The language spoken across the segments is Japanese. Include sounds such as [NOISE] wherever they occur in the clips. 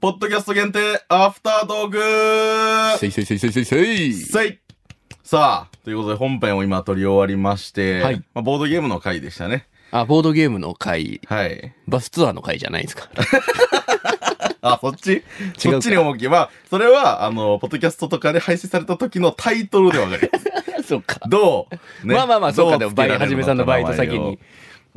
ポッドキャスト限定、アフタートークせいせいせいせいせいせい。せいさあ、ということで本編を今撮り終わりまして、はいまあ、ボードゲームの回でしたね。あ、ボードゲームの回、はい。バスツアーの回じゃないですか。あ、そっちそっちに重き。まあ、それは、あの、ポッドキャストとかで配信された時のタイトルでわかる。 [LAUGHS] そうか。ど [LAUGHS] う、まあまあまあ、そうか。でも、バイははじめさんのバイト先に。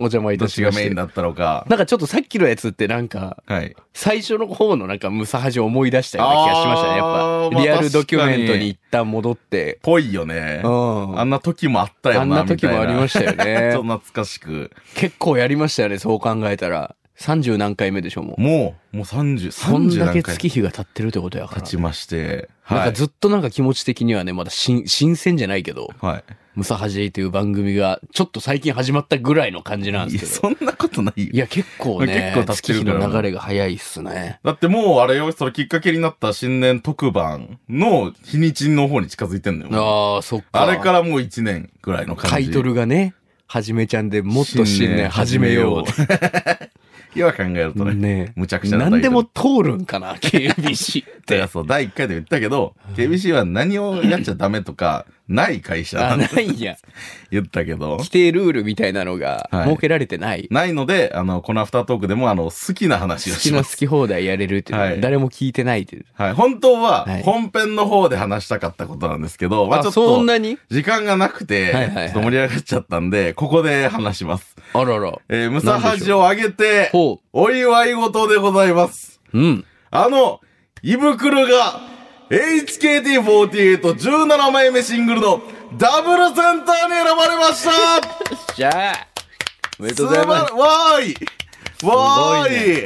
お邪魔いどたっちしがましメインて。だったのか。なんかちょっとさっきのやつってなんか、はい。最初の方のなんかムサハジを思い出したような気がしましたね。やあっーぱ、リアまあルドキュメント確かにに一旦戻って。ぽいよね。うん。あんな時もあったよな、あんな時もみたいありましたよね [LAUGHS] ち [LAUGHS] ょっと懐かしく。結構やりましたよね、そう考えたら。30何回目でしょ、もう。もう、もう30、そん30だけ何回月日が経ってるってことやから経。ちまして。なんはかい。ずっとなんか気持ち的にはね、まだ新新鮮じゃないけど、はい。ムサハジという番組がちょっと最近始まったぐらいの感じなんいでや、すけど。そんなことないよい。や、結構ね、結構経って月る日からの流れが早いっすね。だってもうあれよ、そのきっかけになった新年特番の日にちの方に近づいてんのよ。ああ、そっか。あれからもう1年ぐらいの感じ。タイトルがね、はじめちゃんでもっと新年始めようう。今考えるとね。ねむちゃくちゃなタイト何ルでも通るんかな、KBC っだかてら。そう、第1回でも言ったけど、KBC は何をやっちゃダメとか、ない会社 [LAUGHS] なあ、んなていんや。言ったけど規、定ルールみたいなのがはい設けられてない。ないので、あの、このアフタートークでも、あの、好きな話を好しきなま好す。き放題やれるっていうのははい誰も聞いてないっていう。はい。本当ははい、本編の方で話したかったことなんですけど、まあちょあ、っとそん、なに時間がなくて、はいはいはいちょっと盛り上がっちゃったんで、ここで話します。あらら。えー、ムサハジをあげて、ほお祝い事でございます。う。うん。あの、イブクルが、HKT4817 枚目シングルのダブルセンターに選ばれましたじゃあ、おめでとうございます。すばわーいわすーい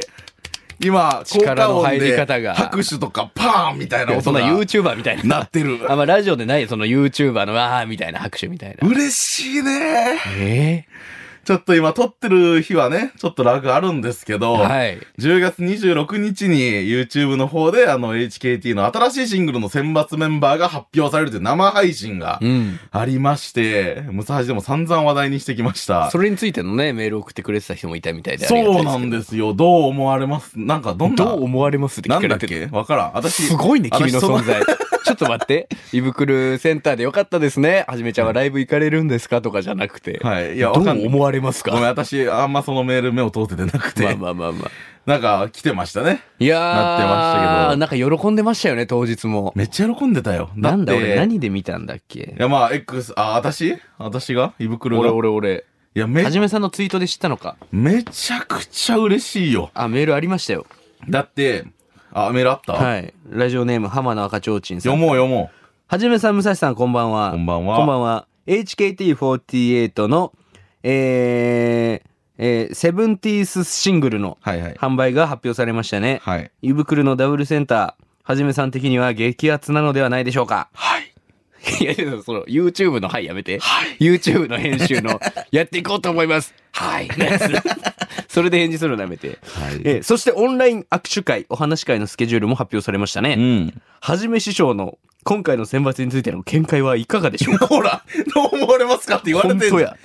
今、効力果の音入りで方が拍手とかパーンみたいなそ音んなが YouTuber みたいな。なってる。あんまラジオでないその YouTuber のわーみたいな拍手みたいな。嬉しいねえちょっと今撮ってる日はね、ちょっとラグあるんですけど、えはい。 10月26日に YouTube の方であの HKT の新しいシングルの選抜メンバーが発表されるという生配信がうん。ありまして、ムサハジでも散々話題にしてきました。それについてのね、メール送ってくれてた人もいたみたいでありがたいそうなんですよ。どう思われますなんかどんけど。などう思われますってな聞んかだっれてけわからん。私、すごいね、君の私その存在。 [LAUGHS] ちょっと待って。胃袋センターでよかったですね。はじめちゃんはライブ行かれるんですかとかじゃなくて。はい。いや、どわかんうない。思われますごめん、か私、あんまそのメール目を通せてなくて、まあまあまあまあ。なんか来てましたね。いやー、なってましたけどなんか喜んでましたよね、当日も。めっちゃ喜んでたよ。だってなんだ俺い何で見たんだっけや、まあ、X、あ、私私が胃袋俺が。俺俺。いや、めは、じめさんのツイートで知ったのか。めちゃくちゃ嬉しいよ。あ、メールありましたよ。だって、あ、メールあった、はい。ラジオネーム、浜野赤ちょうちんさ読ん。もう読もはじめさん、武蔵さん、こんばんは。こんばんはこんばんは。HKT48 の、えー、えー、セブンティースシングルのう。はいはい。販売が発表されましたね。はい。胃袋のダブルセンター、はじめさん的には激アツなのではないでしょうか。はい。 [LAUGHS] いや、いやその、YouTube の、はい、やめて。はい。 YouTube の編集の、やっていこうと思います。 [LAUGHS] はい。のやつそれで返事するのやめて。はい。えーそしてオンライン握手会、お話し会のスケジュールも発表されましたうね。ん。はじめ師匠の今回の選抜についての見解はいかがでしょ [LAUGHS] うかほら、どう思われますかって言われてんじゃ本当ん。や。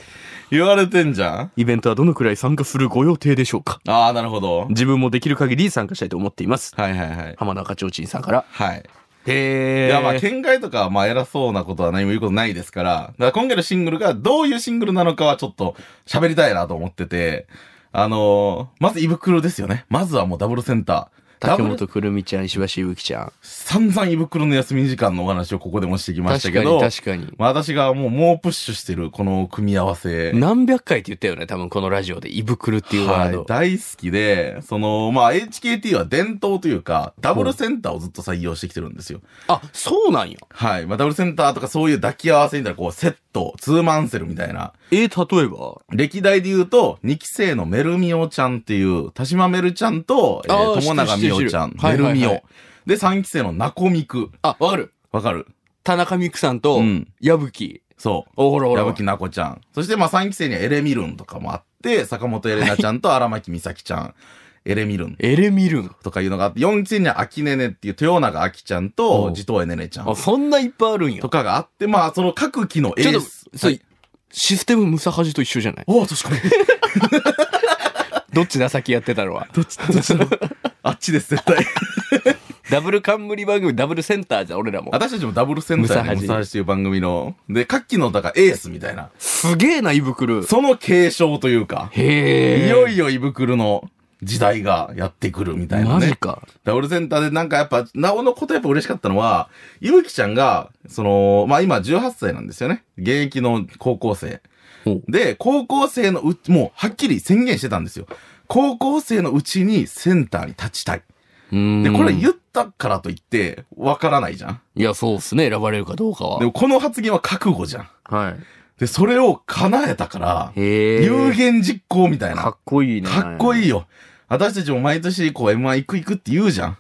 言われてんじゃんイベントはどのくらい参加するご予定でしょうかああ、なるほど。自分もできる限り参加したいと思っています。はいはいはい。浜中ちょうちんさんから。はい。へいえ。や、まあ、見解とかは、まあ、偉そうなことは何も言うことないですから、だから今回のシングルがどういうシングルなのかはちょっと喋りたいなと思ってて、あのーまず胃袋ですよね。まずはもうダブルセンター。ダ竹ブル本くるみちゃん、石橋ゆうきちゃん。散々胃袋の休み時間のお話をここでもしてきました確けかにど、確かに。まあ私がもう猛プッシュしてるこの組み合わせ。何百回って言ったよね、多分このラジオで。胃袋っていうワーはドい、。大好きで、その、まあ、HKT は伝統というか、ダブルセンターをずっと採用してきてるんですよ。あ、そうなんや。はい。まあ、ダブルセンターとかそういう抱き合わせみたいな、こう、セット、ツーマンセルみたいな。えー、例えば歴代で言うと、2期生のメルミオちゃんっていう、田島メルちゃんと、えーあー友永美桜ちゃ知んっ、てメる知ってるルミはいはいはオ。で、3期生のナコミク。あ、わかる。わかる田中美久さんとうん、矢吹。そう。おほらほら矢。吹奈子ちゃん。そして、まあ、3期生にはエレミルンとかもあって、坂本エレナちゃんと荒牧美咲ちゃん、エレミルンエレミルン。とかいうのがあって、4期生には秋ねねっていう豊永秋ちゃんおとう、地頭エねねちゃあ、んそんないっぱいあるんやと。かがあって、まあ、その各期のエちょーっス。と、そはうい、システムムサハジと一緒じゃないおお、確かに。 [LAUGHS] どっちだ先やってたのは。 [LAUGHS] どっち、どっちだろうあっちです、絶対。 [LAUGHS] ダブル冠番組、ダブルセンターじゃん、俺らも。私たちもダブルセンターでムサハジムサハジという番組の、で、各期の、だからエースみたいな、すげえな、胃袋。その継承というか、へえ。いよいよ胃袋の時代がやってくるみたいなマねジ。か。ダブルセンターでなんかやっぱ、なおのことやっぱ嬉しかったのは、ゆうきちゃんが、その、まあ今18歳なんですよね。現役の高校生お。で、高校生のう、もうはっきり宣言してたんですよ。高校生のうちにセンターに立ちたい。で、でこれい言ったからといって、わからないじゃん。や、そうっすね、選ばれるかどうでかは。もこの発言は覚悟じゃん。はで、それを叶えたから、い。へえ。有言実行みたいな。かっこいいね。かっこいい。いよ。私たちも毎年こう M1 行く行くって言うじゃん。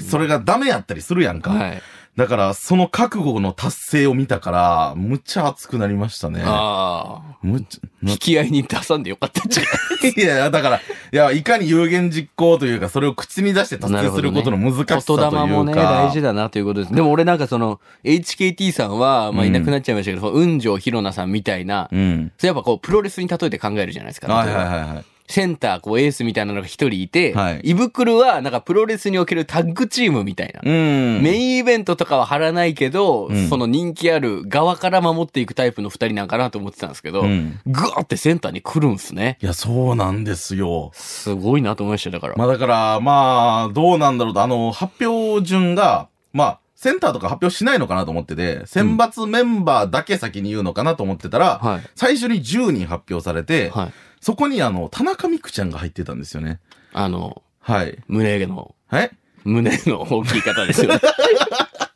それがダメやったりするやんか。はい。だから、その覚悟の達成を見たから、むっちゃ熱くなりましたね。ああ。むっちゃ、引き合いに出さんでよかったんじゃ [LAUGHS] な [LAUGHS] いいや、だから、いや、いかに有言実行というか、それを口に出して達成することの難しさというか。言霊もね、大事だなということです。でも俺なんかその、HKT さんは、まあうんいなくなっちゃいましたけど、その雲上ひろなさんみたいな、うん。それやっぱこう、プロレスに例えて考えるじゃないですか。はい例えはいばはセンター、こう、エースみたいなのが一人いて、はい胃袋は、なんかプロレスにおけるタッグチームみたいな。い。うん。メインイベントとかは張らないけど、うんその人気ある側から守っていくタイプの二人なんかなと思ってたんですけど、うん。グーってセンターに来るんすね。いや、そうなんですよ。すごいなと思いましたよ、だから。まあだから、まあ、どうなんだろうと、あの、発表順が、まあ、センターとか発表しないのかなと思ってて、選抜メンバーだけ先に言うのかなと思ってたら、はい。最初に10人発表されて、はい。そこにあの、田中美久ちゃんが入ってたんですよね。あの、はい。胸の、はい胸の大きい方です [LAUGHS] よね。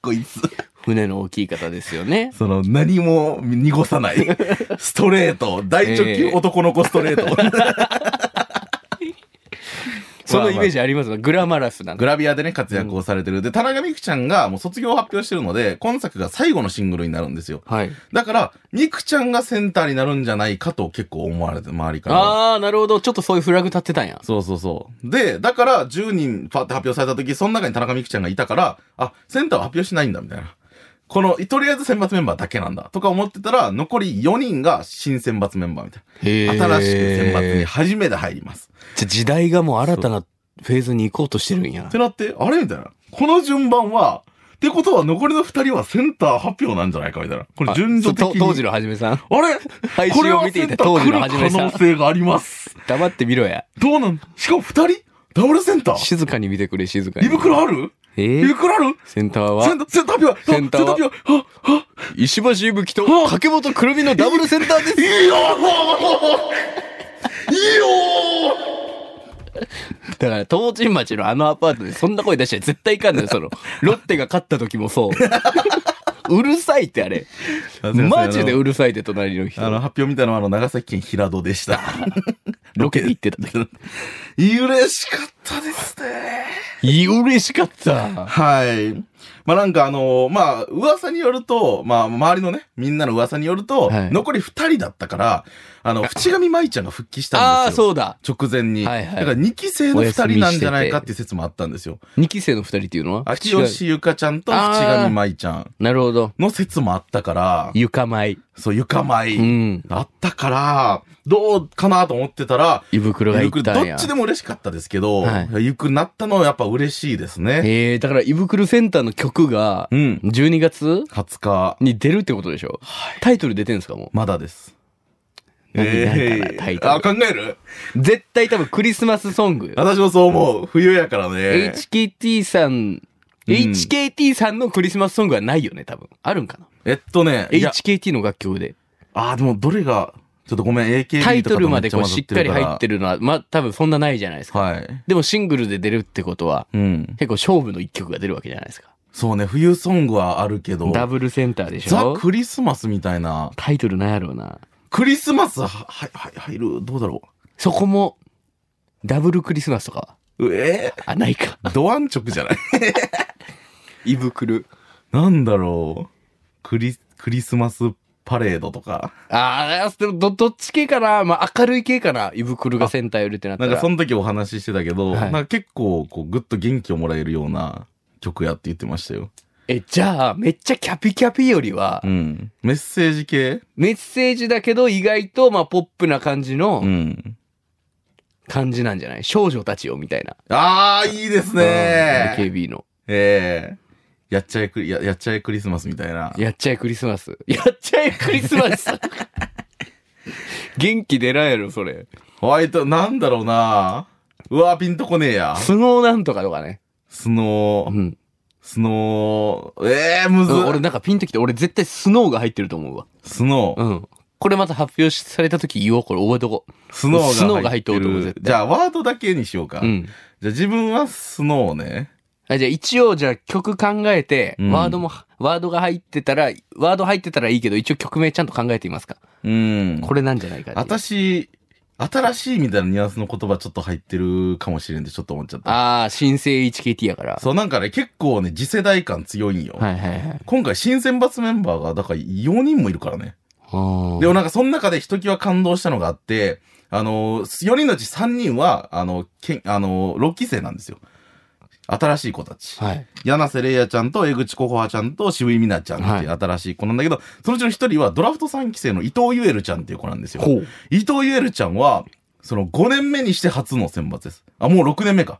こいつ。 [LAUGHS] 胸の大きい方ですよね。その、何も濁さない。 [LAUGHS] ストレート。大直え球え男の子ストレ [LAUGHS] ート。そのイメージありますが、グラマラスなんグで。ラビアでね、活躍をされてる。で、田中美久ちゃんがもう卒業を発表してるので、今作が最後のシングルになるんですよ。はい。だから、美久ちゃんがセンターになるんじゃないかと結構思われて、周りからは。ああ、なるほど。ちょっとそういうフラグ立ってたんや。そうそうそう。で、だから、10人パって発表された時、その中に田中美久ちゃんがいたから、あ、センターは発表しないんだ、みたいな。この、とりあえず選抜メンバーだけなんだ、とか思ってたら、残り4人が新選抜メンバーみたいへな。ー新しく選抜に初めて入ります。じゃあ時代がもう新たなフェーズに行こうとしてるんやっ。てなって、あれみたいな。この順番は、ってことは残りの2人はセンター発表なんじゃないかみたいな。これ順序あそ的うと当時に。のはじめ [LAUGHS] さん。あれ配これ信をは見てセいンタたー当時来のはじめる可さん能。性があります。黙ってみろや。どうなんしかも2人ダブルセンター静かに見てくれ、静か胃に。袋あるえ胃ー、袋あるセンターセはンター、センターピアセンターセンはターピアは、は、石橋伊吹と掛本くるみのダブルセンターです。いいよーいいよだから、東鎮町のあのアパートでそんな声出したら絶対いかんのよ、その。ロッテが勝った時 [LAUGHS] もそう。うるさいってあれ。ーマジでうるさいって隣の人あ。の、発表見たのは、あの、長崎県平戸で [LAUGHS] した。ロケで行ってた時。嬉しかったですね。いや嬉しかった。はい。まあなんかあのまあ噂によると、まあ周りのね、みんなの噂によると、はい残り二人だったから、あの、淵上舞ちゃんが復帰したあんあ、ですよ。そうだ。直前に。はいはいだから二期生の二人なんじゃないかっていう説もあったんですよ。 2期生の2人っていうのは秋吉ゆかちゃんと淵上舞ちゃんなるほど。の説もあったから、床舞。そう、ゆか舞、うん。あったから、どうかなと思ってたら、胃袋がゆ行くっどたんや。っちでも嬉しかったですけど、はいゆくなったのはやっぱ嬉しいですね。えー、だから胃袋センターの曲がう、ん。 12月20日、に出るってことでしょタイトル出てんすかもまだです。う。何々かなタイトあ、考えるル。絶対多分クリスマスソング。私もそう思う。冬やからね。 HKT さうん、ん HKT さんのクリスマスソングはないよね、多分。あるんかなえっとね、いや ?HKT の楽曲で。あー、でもどれが、ちょっとごめん、AKB とかタイトルまでこうとめしっちゃかり混ざ入らってるのは、まあ、多分そんなないじゃないですか。はい。でもシングルで出るってことは、うん。結構勝負の一曲が出るわけじゃないですか。そうね、冬ソングはあるけど、ダブルセンターでしザ・ょクリスマスみたいな。タイトルなんやろうな。クリスマスは、は、は、入るどうだろそこも、ダブルクリスマスとかはう。えあ、ないか。ー、ドアンチョクじゃない [LAUGHS] 胃袋。なんだろう。クリ、クリスマスパレードとか。ああ、でもど、どっち系かなまあ、明るい系かな胃袋がセンター寄るってなったなんら。かその時お話ししてたけど、はいなんか結構こうグッと元気をもらえるような曲やって言ってましたよ。え、じゃあ、めっちゃキャピキャピよりは、うん。メッセージ系メッセージだけど意外と、まあ、ポップな感じのうん。感じなんじゃない少女たちよ、みたいな。ああ、いいですね。 AKB の。ええやっちゃえクリや、やっちゃえクリスマスみたいな。やっちゃえクリスマス。やっちゃえクリスマス元気出らんやろ、それ。ホワイト、なんだろうな。うわ、ピンとこねえ [LAUGHS] や。スノーなんとかとかね。スノうー、ん。スノー、ええむずっ俺なんかピンときて、俺絶対スノーが入ってると思うわ。スノうー、ん。これまた発表された時言おう、これ覚えとこスノーが入ってる。スノーが入ってると思う絶対じゃあ、ワードだけにしようか。う。うん。じゃあ、自分はスノーね。あじゃあ一応じゃあ曲考えて、うんワードも、ワードが入ってたら、ワード入ってたらいいけど、一応曲名ちゃんと考えてみますか。うん。これなんじゃないかっていう私、新しいみたいなニュアンスの言葉ちょっと入ってるかもしれんで、ちょっと思っちゃった。ああ、新生 1KT やから。そう、なんかね、結構ね、次世代感強いんよ。はいはいはい今回、新選抜メンバーが、だから4人もいるからね。あー。でもなんか、その中でひときわ感動したのがあって、あの、4人のうち3人は、あの、けんあの、6期生なんですよ。新しい子たち。はい。柳瀬玲也ちゃんと江口心葉ちゃんと渋井美奈ちゃんっていう新しい子なんだけど、そのうちの1人はドラフト3期生の伊藤ゆえるちゃんっていう子なんですよ。ほう。。伊藤ゆえるちゃんは、その5年目にして初の選抜です。あ、もう6年目か。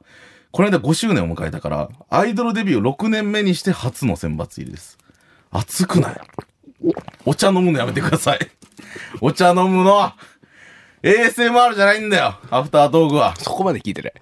この間5周年を迎えたから、アイドルデビュー6年目にして初の選抜入りです。熱くないお茶飲むのやめてください。お茶飲むの ASMR じゃないんだよ。アフタートークは [LAUGHS] そこまで聞いてない。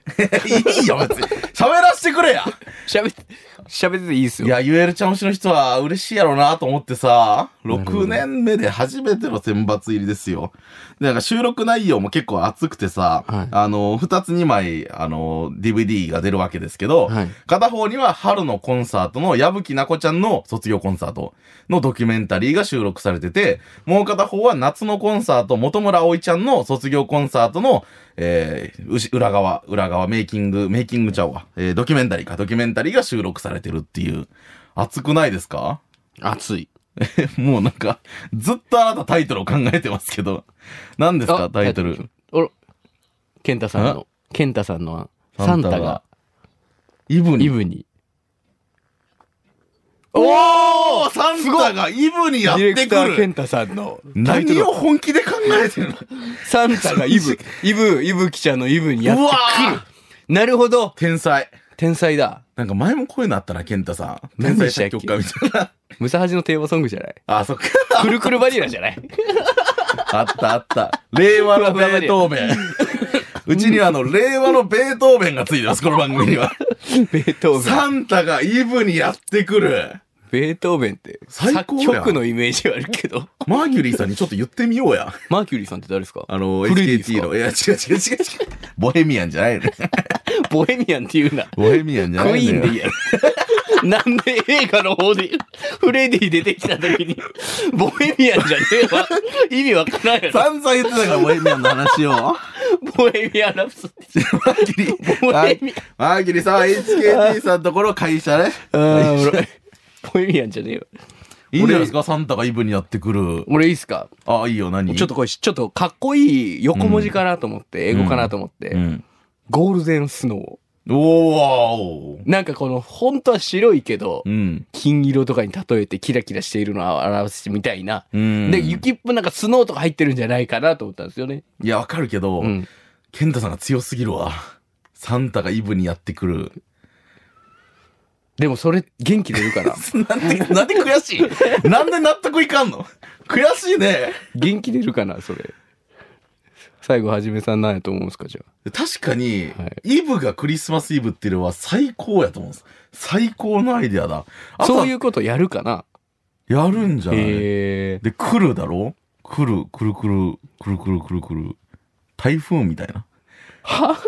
いいよ、別に。喋らせてくれや。喋って、喋ってていいっすいよ。や、ゆえるちゃん推しの人は嬉しいやろうなと思ってさ、るほど6年目で初めての選抜入りですよ。で、なんか収録内容も結構熱くてさ、はいあの、2つ2枚、あの、DVD が出るわけですけど、はい片方には春のコンサートの矢吹奈子ちゃんの卒業コンサートのドキュメンタリーが収録されてて、もう片方は夏のコンサート、本村葵ちゃんの卒業コンサートの、えーうし裏側、裏側、メイキング、メイキングちゃうわ。えードキュメンタリーか、ドキュメンタリーが収録されてるっていう。熱くないですか [LAUGHS] 熱い。もうなんか、ずっとあなたタイトルを考えてますけど。何ですかあタイトル。。あら、ケンタさんの、ケンタさんの、サンタが、。イブにイ。ブに。おーサンタがイブにやっディレてクくターケンるタさんの、タイト何ルを本気で考えてるのサンタがイブ、イブ、イブキちゃんのイブにやっうわてくる。なるほど。天才。天才だ。なんか前もこういうのあったな、健太さん。天何才でしたっ作け曲家みたいな。 [LAUGHS] ムサハジのテーマソングじゃ [LAUGHS] ないあ、そっか。くるくるバニラじゃないあったあった。令和のベートー [LAUGHS] ベン。うちにはあの、令和のベートーベンがついてます、この番組には。 [LAUGHS] ベートーベン。サンタがイブにやってくる。ベートーベンって、最高やん作曲のイメージはあるけ [LAUGHS] ど。マーキュリーさんにちょっと言ってみようや。マーキュリーさんって誰ですかあの、フレディですか HKT の。いや、違う違う違う違う。ボヘミアンじゃないのよ。ボヘミアンって言うな。 [LAUGHS] ボヘミアンじゃないクのよ。イーンでいいやろ。なんで映画の方でフレディ出てきた時に、ボヘミアンじゃねえわ。意味わからないやろ。散々言ってたから、ボヘミアンの話を。マボヘミアンラプソディ。ーキュリー。[LAUGHS] ボマヘミーマーキュリーさんは HKT さんのところ会社ね。 [LAUGHS] あーボヘミアンじゃねえよ。いいんじゃないですかサンタがイブにやってくる。俺いいっすかあ、いいよ、何ちょっとこれ、ちょっとかっこいい横文字かなと思って、ん英語かなと思って、うん。ゴールデンスノおーー。なんかこの、本当は白いけど、うん。金色とかに例えてキラキラしているのを表してみたいな。うん。で、い雪っぽなんかスノーとか入ってるんじゃないかなと思ったんですよね。や、わかるけど、うん。ケンタさんが強すぎるわ。サンタがイブにやってくる。でもそれ元気出るから。 [LAUGHS] なんで、なんで悔しい [LAUGHS] なんで納得いかんの悔しいね。元気出るかなそれ。最後はじめさんなんやと思うんですかじゃあ。確かに、はいイブがクリスマスイブっていうのは最高やと思うんです。最高のアイデアだ。あとそはういうことやるかなやるんじゃない、へえ。で、来るだろ来る、来る来る、来る来る来る来る。台風みたいな。は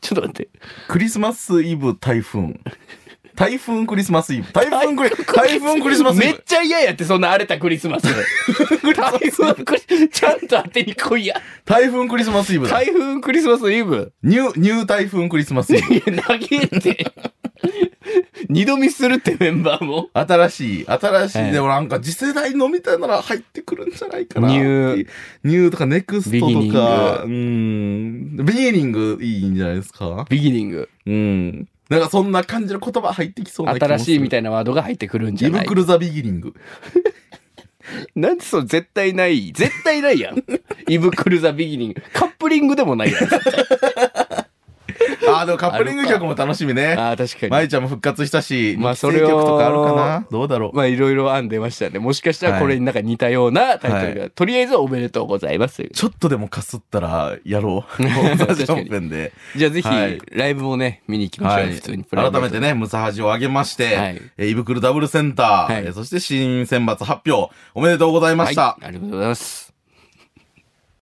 ちょっと待って。クリスマスイブ台風。台風クリスマスイブ。台風クリ、台風クリスマスめイっちゃ嫌やって、そんな荒れたクリスマス。台風クリちゃんと当てに来いや。ブ。台風クリスマスイブだ。台風クリスマスイブ。ニュー、ニュー台風クリスマスイブ。いや、投げて。二度見するってメンバーも。新しい、新しい、はいでもなんか次世代のみたいなら入ってくるんじゃないかな。ニュー。ニューとかネクストビギニとンか、グうん。ビギニングいいんじゃないですかビギニング。うん。なんかそんな感じの言葉入ってきそうな気もする新しいみたいなワードが入ってくるんじゃイなブいクルザビギニング。なんでそれ絶対ない、絶対ないやん。イブクルザビギニング。カップリングでもないやん。ああ、でもカップリング曲も楽しみね。ああ、確かに。まゆちゃんも復活したし、ままああ、そそれれを曲とかあるかなどうだろう。まあいろいろ案出ましたね。もしかしたらこれになんか似たようなタイトルが、とりあえずおめでとうございますという。ちょっとでもかすったら、やろう。 [LAUGHS] 確かに本編で。じゃあぜひ、はいライブもね、見に行きましょうはね、い。普通にプライベー改トめでてね、ムサハジを上げまして、はいえーイブクルダブルセンター、はいえーそして新選抜発表、おめでとうございました。はい。ありがとうございます。